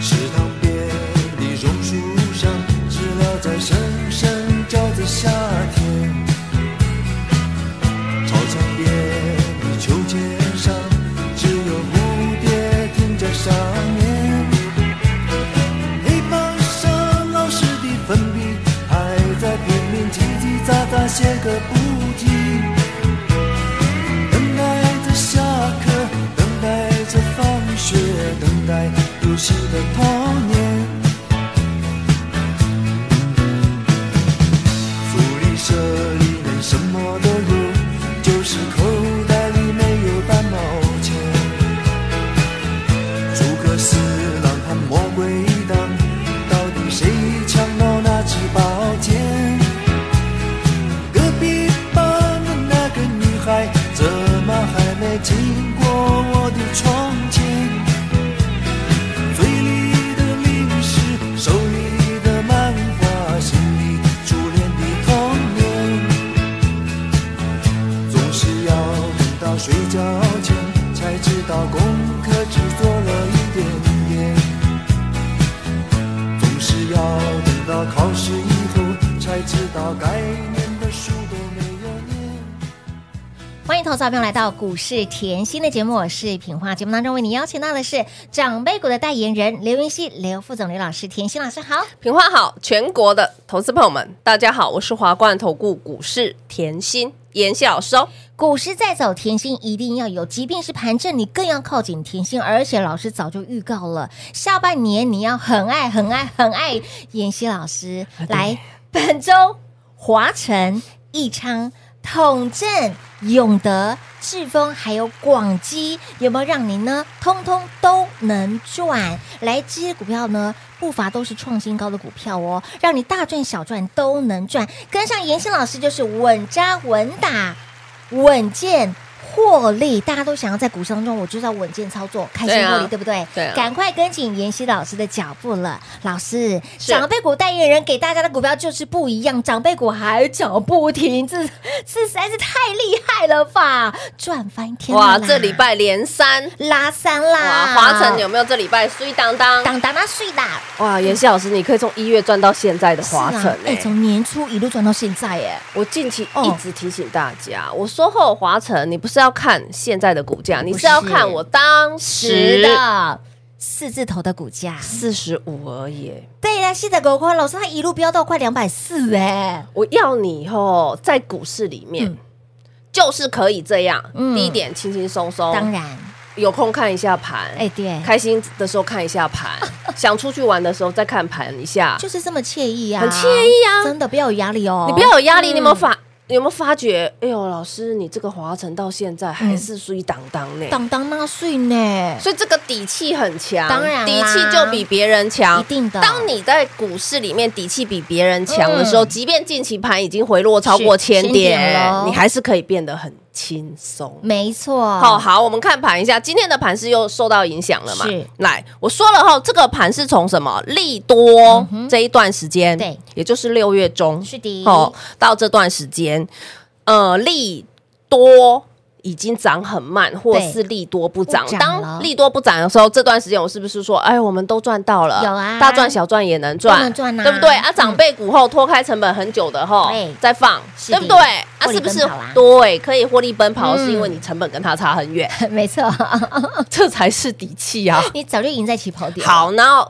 是当别离榕树上，知了在声声叫着夏天。草场边的秋千上，只有蝴蝶停在上面。黑板上老师的粉笔还在拼命叽叽喳喳写个不停。等待着下课，等待着放学，等待游戏的童年。福利社里面什么都有，就是口袋里没有半毛钱。诸葛四郎和魔鬼党，到底谁抢到那支宝剑？隔壁班的那个女孩，怎么还没经过我的窗前？嘴里的零食，手里的漫画，心里初恋的童年，总是要等到睡觉前，才知道功课只做了一点点。总是要等到考试以后，才知道该念的书都没有念。欢迎投资者朋友来到股市甜心的节目，我是品花。节目当中为你邀请到的是长辈股的代言人刘云熙、刘副总、刘老师、甜心老师好。平花好，全国的投资朋友们，大家好，我是华冠投顾股市甜心妍希老师哦。股市再走，甜心一定要有，即便是盘正，你更要靠近甜心。而且老师早就预告了，下半年你要很爱、很爱、很爱妍希老师。来，本周华晨、益昌、统正、永德、志峰还有广基，有没有让您呢？通通都能赚。来，这些股票呢，不乏都是创新高的股票哦，让你大赚小赚都能赚。跟上妍希老师就是稳扎稳打。稳健获利，大家都想要在股市当中，我就是要稳健操作，开心获利，对对啊不对？对啊赶快跟紧妍希老师的脚步了。老师，是长辈股代言人给大家的股票就是不一样，长辈股还涨不停，这这实在是太厉害了吧，赚翻天了啊啦！哇，这礼拜连三拉三哇，啦，华晨有没有这礼拜衰当当？当当那碎啦，哇，妍希老师，你可以从一月赚到现在的华是晨啊哎、哎，从年初一路赚到现在哎，我近期哦一直提醒大家，我说后华晨，你不是要看现在的股价，你是要看我当值时的四字头的股价，四十五而已。对呀，现在狗狗老师他一路飙到快两百四哎。我要你以后在股市里面。嗯就是可以这样，嗯低点轻轻松松，当然，有空看一下盘，哎、对，哦开心的时候看一 下盘，想出去玩的时候再看盘一下，就是这么惬意啊，很惬意啊真的不要有压力哦，你不要有压力。嗯你有没有发？你有没有发觉？哎呦，老师，你这个华晨到现在还是水当当呢，当当纳税呢，所以这个底气很强，当然啦底气就比别人强一。定的。当你在股市里面底气比别人强的时候，嗯即便近期盘已经回落超过千是千点，点咯你还是可以变得很轻松。没错，好好，我们看盘一下，今天的盘是又受到影响了嘛是？来，我说了哈，这个盘是从什么利多、这一段时间，嗯对，也就是六月中，是的哦，到这段时间，呃，利多。已经涨很慢，或对是利多不涨不。涨了当利多不涨的时候，这段时间我是不是说，哎，我们都赚到了，有啊大赚小赚也能赚，都能赚啊对不对？啊，嗯长辈股后脱开成本很久的后对再放，是对的不对？啊，获利是不是奔跑啊对，可以获利奔跑，嗯是因为你成本跟它差 很远， 没错，这才是底气啊。你早就赢在起跑点。好，，然后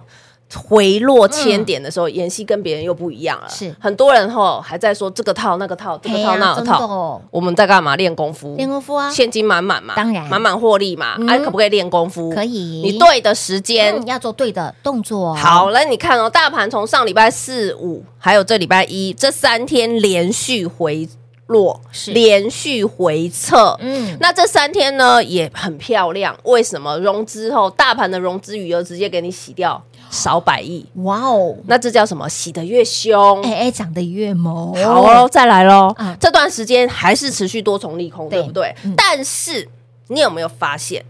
回落千点的时候，妍希跟别人又不一样了。嗯是很多人吼还在说这个套那个套，这哎个呀套那个真的套，哦，我们在干嘛？练功夫，练功夫啊，现金满满嘛，当然满满获利嘛。嗯哎，可不可以练功夫？可以你对的时间嗯，要做对的动作。好，那你看哦，大盘从上礼拜四、五，还有这礼拜一这三天连续回落，是连续回撤。嗯，那这三天呢也很漂亮，为什么融资后大盘的融资余额直接给你洗掉少百亿。哇哦，那这叫什么？洗得越凶。哎哎，长得越萌，好哦，再来喽啊。这段时间还是持续多重利空，对嗯对不对？但是你有没有发现？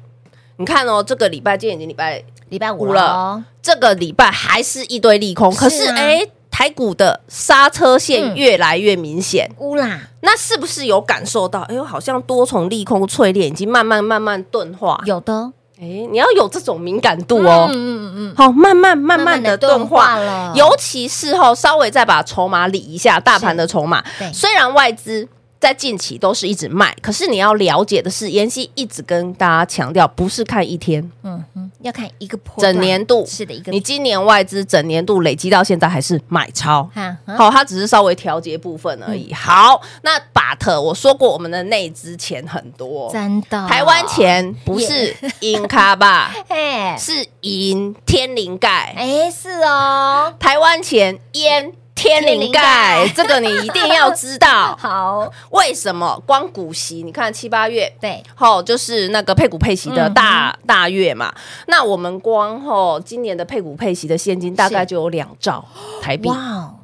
你看哦，这个礼拜今天已经礼拜礼拜五五了了哦，这个礼拜还是一堆利空，可是是啊哎、台股的刹车嗯线越来越明显，乌啦，那是不是有感受到？哎呦，好像多重利空淬炼已经慢慢慢慢钝化。有的哦哎，你要有这种敏感度哦嗯，嗯嗯好，慢慢慢慢慢地的钝钝化嗯化了尤其是后稍微再把筹码理一下，大盘的筹码对。虽然外资在近期都是一直卖，可是你要了解的是，妍希一直跟大家强调，不是看一天，嗯嗯，要看一个波段整年度是的一个你今年外资整年度累积到现在还是买超。哈哈好，它只是稍微调节部分而嗯已。好，那 but 我说过，我们的内资钱很多，真的台湾，钱不是银卡吧，哦 哎是银天灵盖，哎是哦，台湾钱烟天灵天盖灵盖，这个你一定要 知道。好为什么光股息？你看七八月对，吼，就是那个配股配息的嗯大、大月嘛。那我们光吼今年的配股配息的现金大概就有两兆台币。哇哦，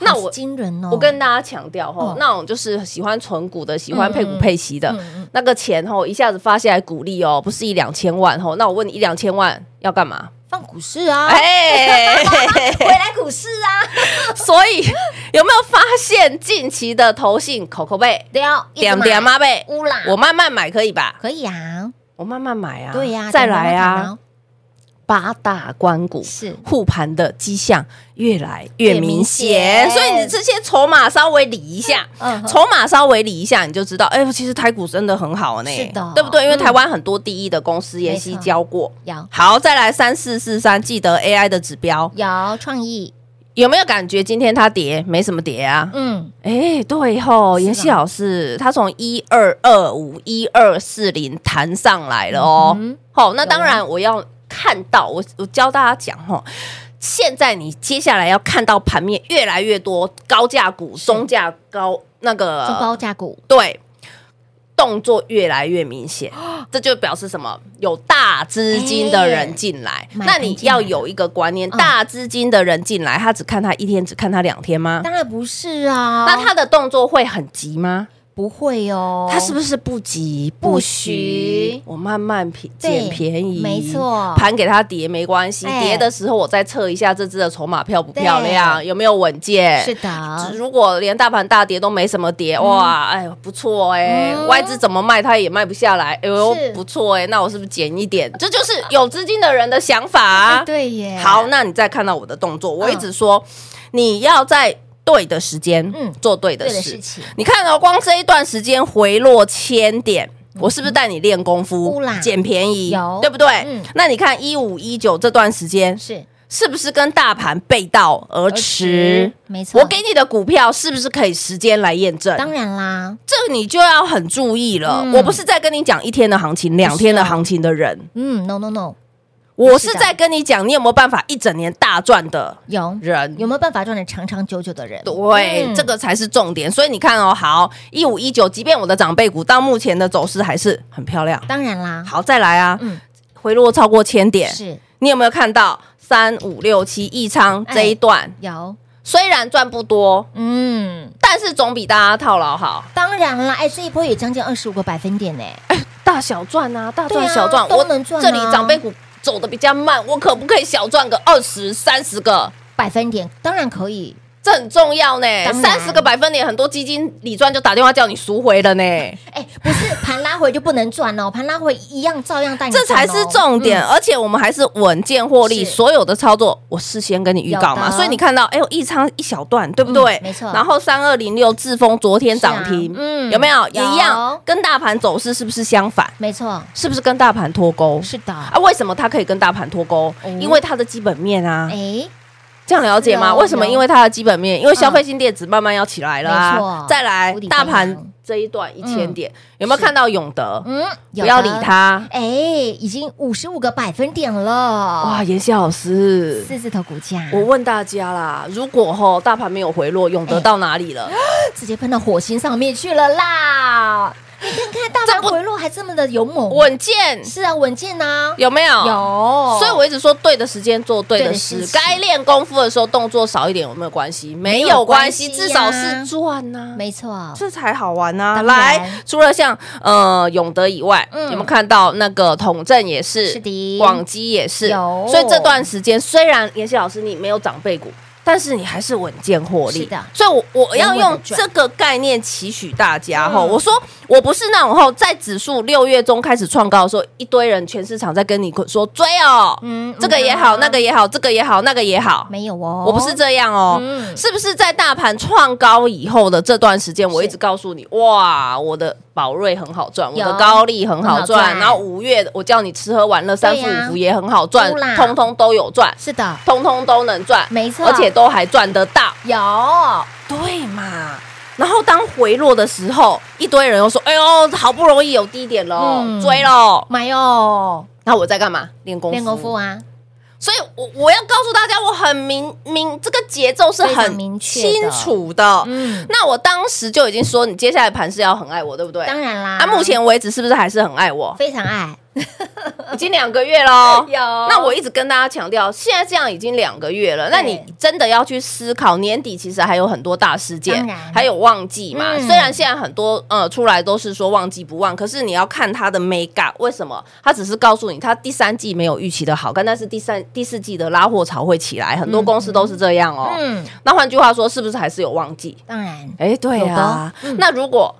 那好我惊人哦，我跟大家强调吼，哦那种就是喜欢存股的、喜欢配股配息的、嗯嗯那个钱吼，一下子发下来股利哦，不是一两千万吼。那我问你，一两千万要干嘛？放股市啊，哎、 回来股市啊，所以有没有发现近期的投信口口贝对哦，一直点买点妈贝？乌啦，我慢慢买可以吧？可以啊，我慢慢买啊，对呀，再点来点妈妈看啊哦，，八大关股是护盘的迹象越来越明越明显显，所以你这些筹码稍微理一下嗯哼，筹码稍微理一下，你就知道，哎，其实台股真的很好呢，是的对不对？因为嗯台湾很多第一的公司，妍希没错教过。有好，再来三四四三，记得 AI 的指标有创意，有没有感觉？今天它跌，没什么跌啊。嗯，哎，对吼，是啊妍希老师，他从一二二五一二四零弹上来了哦嗯哼。好、那当然我要看到，我我教大家讲吼，现在你接下来要看到盘面越来越多高价股、中价高那中个高价股对。动作越来越明 显，这就表示什么？有大资金的人进来，哎买那盘你进来要有一个观念，嗯大资金的人进来，他只看他一天，只看他两天吗？当然不是啊，呃那他的动作会很急吗？不会哦，他是不是不急不不急徐？我慢慢便对捡便宜，没错盘给他跌没关系，哎跌的时候我再测一下这只的筹码漂不漂亮，对有没有稳健。是的，如果连大盘大跌都没什么跌，哇，哎呦不错哎、嗯外资怎么卖它也卖不下来，哎呦是不错哎、那我是不是减 一点？这就是有资金的人的想法、啊哎对嗯耶，好，那你再看到我的动作，我一直说、你要在对的时间，嗯嗯，做对的对事。的事情，你看哦，光这一段时间回落千点。我是不是带你练功夫呼啦，捡便宜，嗯有对不对？嗯那你看一五一九这段时间，是是不是跟大盘背道而驰？没错，我给你的股票是不是可以时间来验证？当然啦，这你就要很注意了。嗯我不是在跟你讲一天的行情、两天的不是哦行情的人，嗯，no no no，我啊是啊在跟你讲你有没有办法一整年大赚的有人。有没有办法赚得长长久久的人？对，嗯这个才是重点。所以你看哦，好一五一九，19, 即便我的长辈股到目前的走势还是很漂亮。当然啦，好，再来啊，嗯回落超过千点，是你有没有看到三五六七益昌这一段？有，虽然赚不多，嗯，但是总比大家套牢好。当然啦，哎，这一波也将近二十五个百分点呢，大小赚啊，大对赚啊小赚，都能赚啊这里长辈股走的比较慢，我可不可以小赚个二十三十个？百分点当然可以，这很重要呢当，然三十个百分点，很多基金理专就打电话叫你赎回了呢。哎，不是盘拉回就不能赚哦，盘拉回一样照样带你赚这哦，才是重点，嗯，而且我们还是稳健获利。是所有的操作我事先跟你预告有嘛，的所以你看到，哎呦，一仓一小段，对不对？嗯没错然后三二零六智峰昨天涨是停啊，嗯有没有？也有一样，跟大盘走势是不是相反？没错，是不是跟大盘脱钩？是的，啊，为什么它可以跟大盘脱钩？哦因为它的基本面啊，哎，啊这样了解吗？有为什么？有因为它的基本面，因为消费性电子慢慢要起来了啊没啊错。再来无底，大飞扬盘这一段一千点，有没有看到永德？嗯，有不要的理。它。哎，已经五十五个百分点了，哇，妍希老师，四字头股价，我问大家啦，如果吼大盘没有回落，永德到哪里了？直接喷到火星上面去了啦！看看大盘这不回落还这么的勇猛，稳健是啊，稳健呐，有没有？。哦有，所以我一直说，对的时间做对对的的事事，情该练功夫的时候动作少一点有没有关系？没有有关系，关系啊至少呀是赚呐、没错，这才好玩呐、啊当然来，除了像呃永德以外，嗯有没有看到那个统正也是，是的广基也是，有所以这段时间虽然妍希老师你没有长辈股。但是你还是稳健获利是的所以我我要稳稳用地赚这个概念期许大家哈、嗯我说我不是那种吼，在指数六月中开始创高的时候，一堆人全市场在跟你说追哦，嗯这个也好，那个也好，这个也好，那个也好，没有哦，我不是这样哦，嗯是不是在大盘创高以后的这段时间，我一是直告诉你，哇，我的宝瑞很好赚，我有的高利很好很好赚赚，然后五月我叫你吃喝玩乐三对富呀五福也很好赚都啦，通通都有赚，是的，通通都能赚，没错而且都还赚得到，有对嘛？然后当回落的时候，一堆人又说，哎呦，好不容易有低点喽，嗯追喽，买哦，那我在干嘛？练功夫，练功夫啊，所以我，我要告诉大家，我很明明这个节奏是非很常明确的清楚的。嗯，那我当时就已经说，你接下来盘是要很爱我，对不对？当然啦，？啊，目前为止是不是还是很爱我 非常爱已经两个月喽。有，那我一直跟大家强调，现在这样已经两个月了，那你真的要去思考，年底其实还有很多大事件当然，还有旺季嘛。嗯虽然现在很多呃出来都是说旺季不旺，可是你要看它的 make up，为什么？它只是告诉你，它第三季没有预期的好，但但是第三、第四季的拉货潮会起来，很多公司都是这样哦。嗯，那换句话说，是不是还是有旺季？当然哎，对有的啊，嗯那如果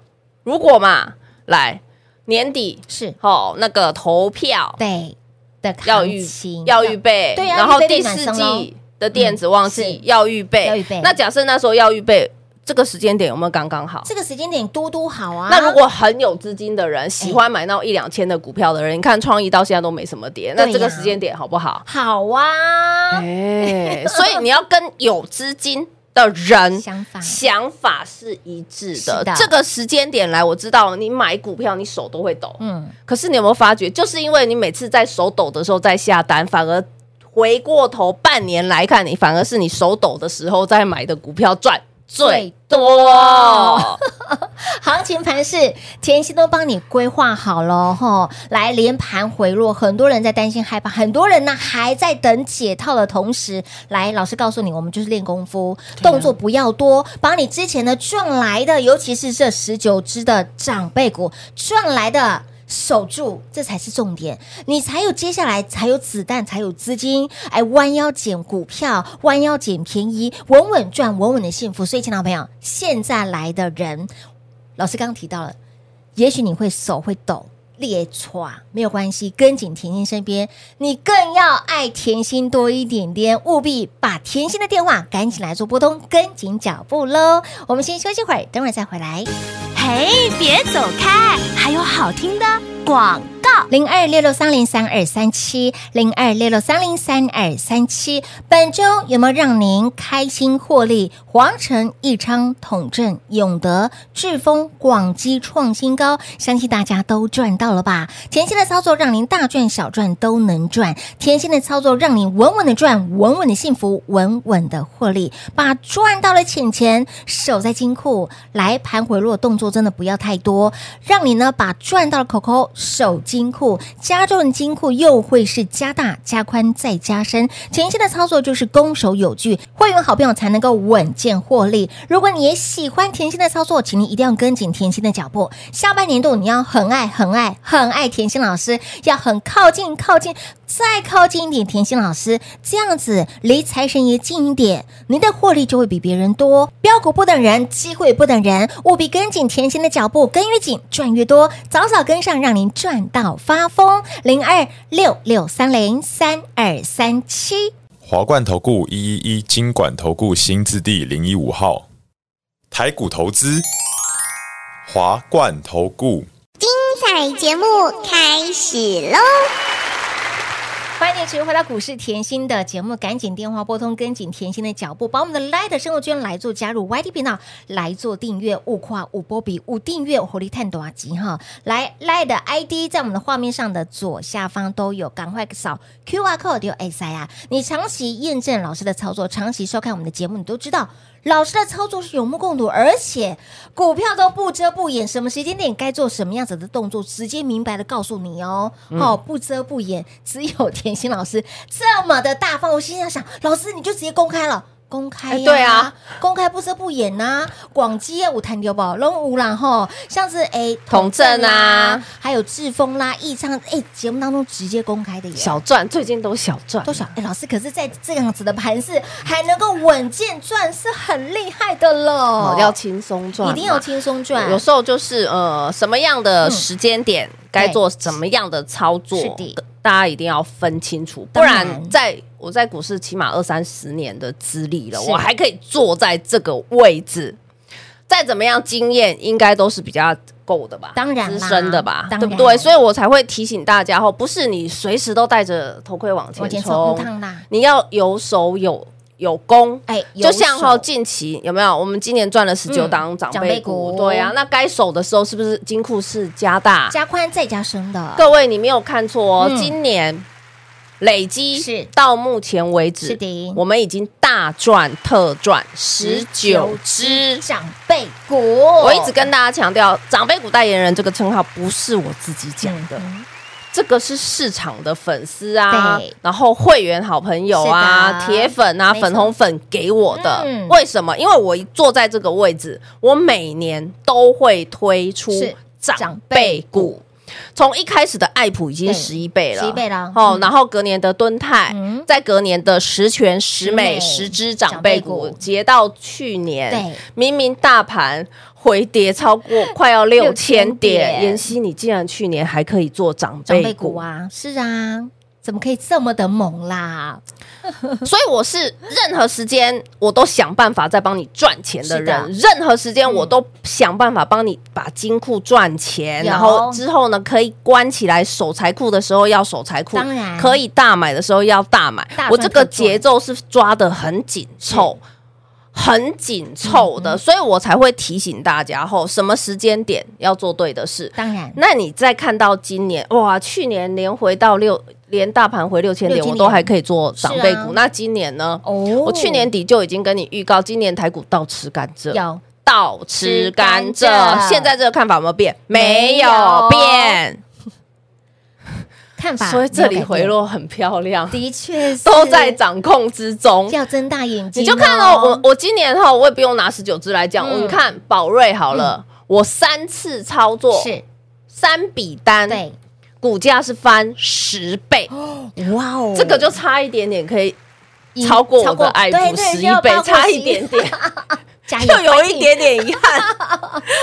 如果嘛，来年底是哦，那个投票对的要行预情，要预备，对啊然后预备第被暖四身咯嗯季的电子旺季要预备，要预备那假设那时候要预备，这个时间点有没有刚刚好？这个时间点嘟嘟好啊，那如果很有资金的人，喜欢买到一两千的股票的人，你看创意到现在都没什么跌，那对这个呀时间点好不好？好啊，哎， 所以你要跟有资金的人想法想法是一致是的的。这个时间点来，我知道你买股票你手都会抖，嗯，可是你有没有发觉，就是因为你每次在手抖的时候在下单，反而回过头半年来看，你反而是你手抖的时候在买的股票赚最多。行情盘是甜心都帮你规划好了吼，来连盘回落，很多人在担心害怕，很多人呢还在等解套的同时，来老师告诉你，我们就是练功夫，动作不要多，把你之前的赚来的，尤其是这十九只的长辈股赚来的。守住，这才是重点，你才有接下来才有子弹，才有资金，哎，弯腰捡股票，弯腰捡便宜，稳稳赚，稳稳的幸福。所以，亲爱的朋友，现在来的人，老师刚刚提到了，也许你会手会抖。列爪没有关系，跟紧甜心身边，你更要爱甜心多一点点，务必把甜心的电话赶紧来做拨通，跟紧脚步喽。我们先休息会儿，等会儿再回来。嘿，别走开，还有好听的广告。零二六六三零三二三七，零二六六三零三二三七。本周有没有让您开心获利？皇城、益昌、统正、永德、智丰、广基创新高，相信大家都赚到了吧？甜心的操作让您大赚小赚都能赚，甜心的操作让你稳稳的赚，稳稳的幸福，稳稳的获利，把赚到的钱钱守在金库，来盘回落动作真的不要太多，让你呢把赚到的口口守金库，加重金库又会是加大、加宽再加深。前期的操作就是攻守有据，会员好朋友才能够稳健获利。如果你也喜欢甜心的操作，请你一定要跟紧甜心的脚步。下半年度你要很爱、很爱、很爱甜心老师，要很靠近、靠近、再靠近一点甜心老师，这样子离财神爷近一点，您的获利就会比别人多。标股不等人，机会不等人，务必跟紧甜心的脚步，跟越紧赚越多，早早跟上，让您赚到发疯。零二六六三零三二三七。华冠投顾一一一金管投顾新字第零一五号，台股投资，华冠投顾。彩节目开始喽！欢迎你持续回到股市甜心的节目，赶紧电话拨通，跟紧甜心的脚步，把我们的 Light 生活圈来做加入，YT 频道来做订阅，勿跨勿波比勿订阅，火力探多集哈，来 Light 的 ID 在我们的画面上的左下方都有，赶快扫 QR code 丢 S I 啊！你长期验证老师的操作，长期收看我们的节目，你都知道老师的操作是有目共睹，而且股票都不遮不掩，什么时间点该做什么样子的动作，直接明白的告诉你哦。嗯好、不遮不掩，只有甜心老师这么的大方。我心想想，老师你就直接公开了。公开、哎对啊，公开不遮不掩呐、广基啊，舞台丢宝龙舞啦吼，像是哎统正啊，还有志峰啦、易昌哎，节目当中直接公开的耶，小赚，最近都小赚，多少？哎，老师，可是，在这样子的盘势还能够稳健赚，是很厉害的哦喽。要轻松赚嘛，一定要轻松赚，有时候就是呃，什么样的时间点该做什么样的操作，嗯是的大家一定要分清楚，不当然然在我在股市起码二三十年的资历了，是我还可以坐在这个位置，再怎么样经验应该都是比较。够的吧，当然啦资深的吧，当然对不对？所以我才会提醒大家哦，不是你随时都戴着头盔往往前前冲冲，烫啦。你要有手有有功，哎有就像哈手近期有没有？我们今年赚了十九嗯档长长辈辈股，股对啊，那该守的时候是不是金库是加大？加宽再加深的，各位，你没有看错哦，嗯今年累积是到目前为止，是的我们已经大赚特赚十九只。长辈股，我我一直跟大家强调，长辈股代言人这个称号不是我自己讲的，嗯这个是市场的粉丝啊对，然后会员好朋友啊、是的铁粉啊、没错粉红粉给我的。嗯为什么？因为我一坐在这个位置，我每年都会推出是长长辈辈股股。从一开始的爱普已经对十一倍了， 11倍了哦，嗯然后隔年的敦泰，嗯再隔年的十全十美十美十只长辈股长辈，股截到去年对，明明大盘回跌超过快要六千6000点，点妍希，你竟然去年还可以做长长辈辈股股，啊，是啊，怎么可以这么的猛啦？所以我是任何时间我都想办法在帮你赚钱的人，任何时间嗯我都想办法帮你把金库赚钱，有然后之后呢可以关起来守财库的时候要守财库，当然可以大买的时候要大买。大赚我这个特赚节奏是抓得很紧凑。很紧凑嗯的，所以我才会提醒大家吼，什么时间点要做对的事。当然，那你再看到今年，哇，去年连回到六，连大盘回六千点， 6000我都还可以做长辈股。是啊那今年呢？哦，我去年底就已经跟你预告，今年台股倒吃甘蔗，有倒吃甘吃甘蔗。蔗现在这个看法有没有变？没没有有变，看法，所以这里回没有落很漂亮改变，，的确是都在掌控之中。要睁大眼睛，你就看哦，我我今年哈，我也不用拿十九只来讲，嗯我你看宝瑞好了，我三次操作，是三笔单，对，股价是翻十倍，哇哦，这个就差一点点可以赢超过我的爱对普对十一要倍包，括差一11点 点，加油，就有快一点点点遗 憾。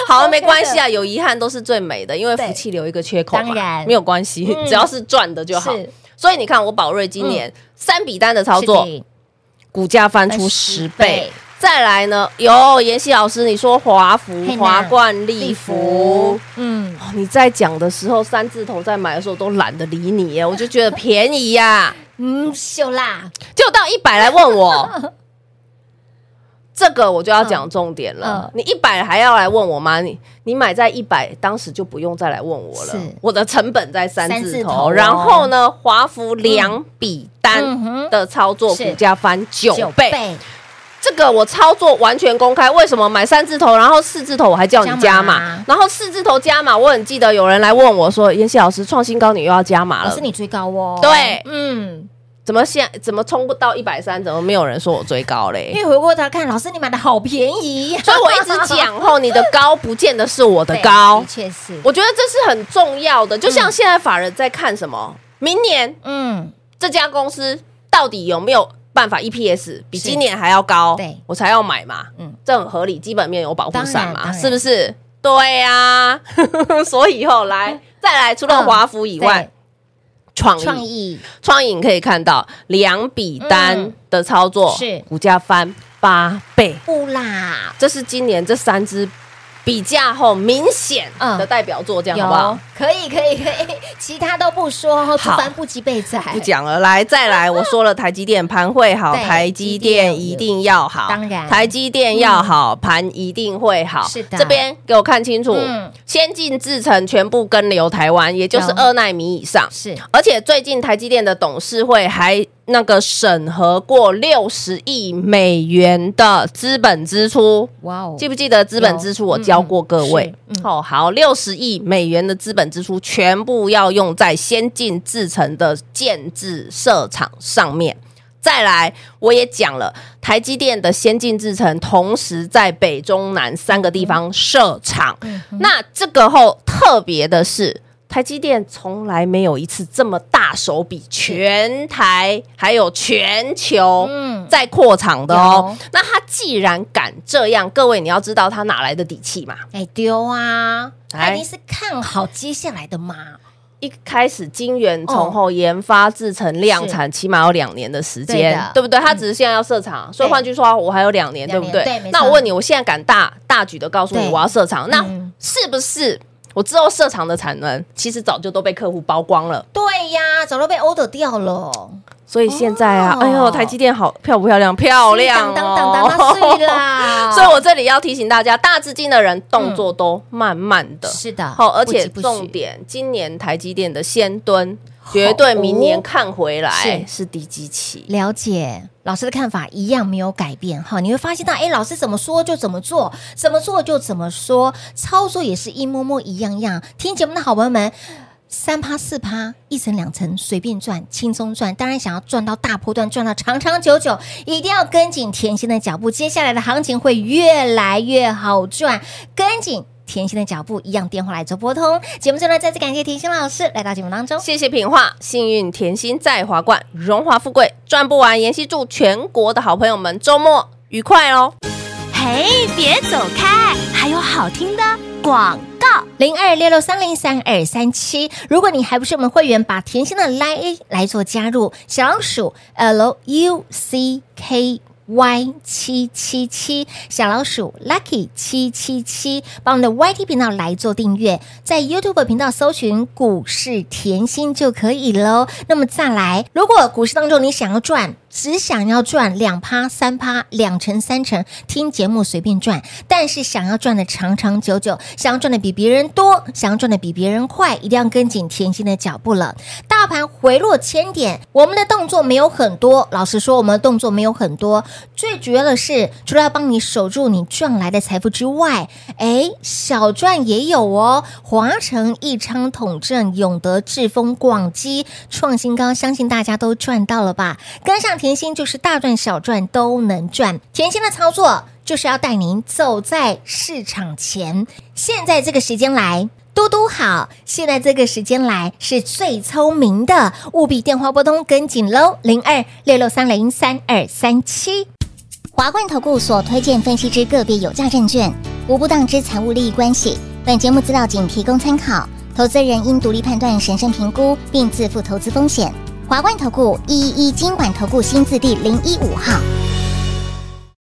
好， OK 没关系啊，有遗憾都是最美的，因为对福气留一个缺口嘛当，然没有关系，嗯只要是赚的就好。是嗯所以你看，我宝瑞今年三笔单的操作，是的股价翻出翻十10倍倍。再来呢，有妍希老师，你说华福嘿、呐华冠、利利福福，，嗯，哦你在讲的时候，三字头在买的时候都懒得理你耶，我就觉得便宜呀、嗯，秀啦，就到一百来问 我，这个我就要讲重点了。嗯你一百还要来问我吗？你你买在一百，当时就不用再来问我了是。我的成本在三三字字头，头哦然后呢，华孚两笔嗯单哼的操作，是股价翻九倍。倍这个我操作完全公开，为什么买三字头，然后四字头我还叫你加加码，码啊然后四字头加码，我很记得有人来问我说：“妍希老师，创新高你又要加码老了师，你最高哦，对嗯，怎么现怎么冲不到一百三？怎么没有人说我追高嘞因？”为回过头来看，老师你买的好便宜，所以我一直讲吼，你的高不见得是我的 对高的，确是，我觉得这是很重要的。就像现在法人在看什么，明年嗯，这家公司到底有没有办法 EPS 比今年还要高，对我才要买嘛，嗯嗯，这很合理，基本面有保护伞当然当嘛，然是不是？对呀、 所以吼来再来，除了嗯华孚以外，创对创意意创意你可以看到两笔单嗯的操作，是股价翻八倍。不啦，这是今年这三支比价后明显的代表作，这样好不好嗯有？可以可以可以，其他都不说，不凡不及备载，不讲了，来再来，我说了台积电盘会好，对台积电一定要好，当然嗯台积电要好，盘一定会好。是的这边给我看清楚嗯，先进制程全部跟流台湾，也就是有二纳米以上。是而且最近台积电的董事会还那个审核过六十亿美元的资本支出，哇哦，记不记得资本支出？我教过各位嗯嗯是嗯。哦，好，六十亿美元的资本支出全部要用在先进制成的建制设厂上面。再来，我也讲了，台积电的先进制程同时在北中南三个地方设厂。嗯那这个后特别的是，台积电从来没有一次这么大手笔，全台还有全球嗯在扩厂的哦。有那他既然敢这样，各位你要知道他哪来的底气嘛？哎丢啊，他哎一定是看好接下来的嘛，一开始晶圆哦从后研发制成量产，起码要两年的时对间的，对不对？他只是现在要设厂，所以对换句话，我还有两年，对两不年对对没？错那我问你，我现在敢大大举的告诉你对我要设厂，那嗯是不是我之后设厂的产能其实早就都被客户包光了？对呀，早就被 order 掉了，所以现在啊，哦哎呦，台积电好漂不漂亮？漂当亮当当当当碎哦！啦， 所以，我这里要提醒大家，大资金的人动作都慢慢的，是的，好，而且啊不急不徐重点，今年台积电的先蹲绝对明年看回来哦是是低基期，了解老师的看法一样没有改变哈，你会发现到，哎，老师怎么说就怎么做，怎么做就怎么说，操作也是一摸摸一样样。听节目的好朋友们。三趴四趴，一层两层随便赚，轻松赚。当然，想要赚到大波段，赚到长长久久，一定要跟紧甜心的脚步。接下来的行情会越来越好赚，跟紧甜心的脚步，一样电话来做拨通。节目最后呢，再次感谢甜心老师来到节目当中。谢谢品画，幸运甜心在华冠，荣华富贵赚不完。妍希祝全国的好朋友们周末愉快哦！嘿，别走开，还有好听的广告。零二六六三零三二三七。如果你还不是我们会员，把甜心的 Line 来做加入，小老鼠 L U C K。Y 七七七小老鼠 Lucky 七七七，把我们的 YT 频道来做订阅，在 YouTube 频道搜寻“股市甜心”就可以喽。那么再来，如果股市当中你想要赚，只想要赚两趴、三趴、两成、三成，听节目随便赚，但是想要赚的长长久久，想要赚的比别人多，想要赚的比别人快，一定要跟紧甜心的脚步了。大盘回落千点，我们的动作没有很多，老实说，我们的动作没有很多，最主要的是，除了要帮你守住你赚来的财富之外，哎，小赚也有哦。华城、益昌、统正、永德、智丰、广基创新高，相信大家都赚到了吧？跟上甜心就是大赚小赚都能赚，甜心的操作就是要带您走在市场前。现在这个时间来。嘟嘟好，现在这个时间来是最聪明的，务必电话拨通跟紧喽，零二六六三零三二三七。华冠投顾所推荐分析之个别有价证券，无不当之财务利益关系。本节目资料仅提供参考，投资人应独立判断、审慎评估，并自负投资风险。华冠投顾一一一金管投顾新字第零一五号。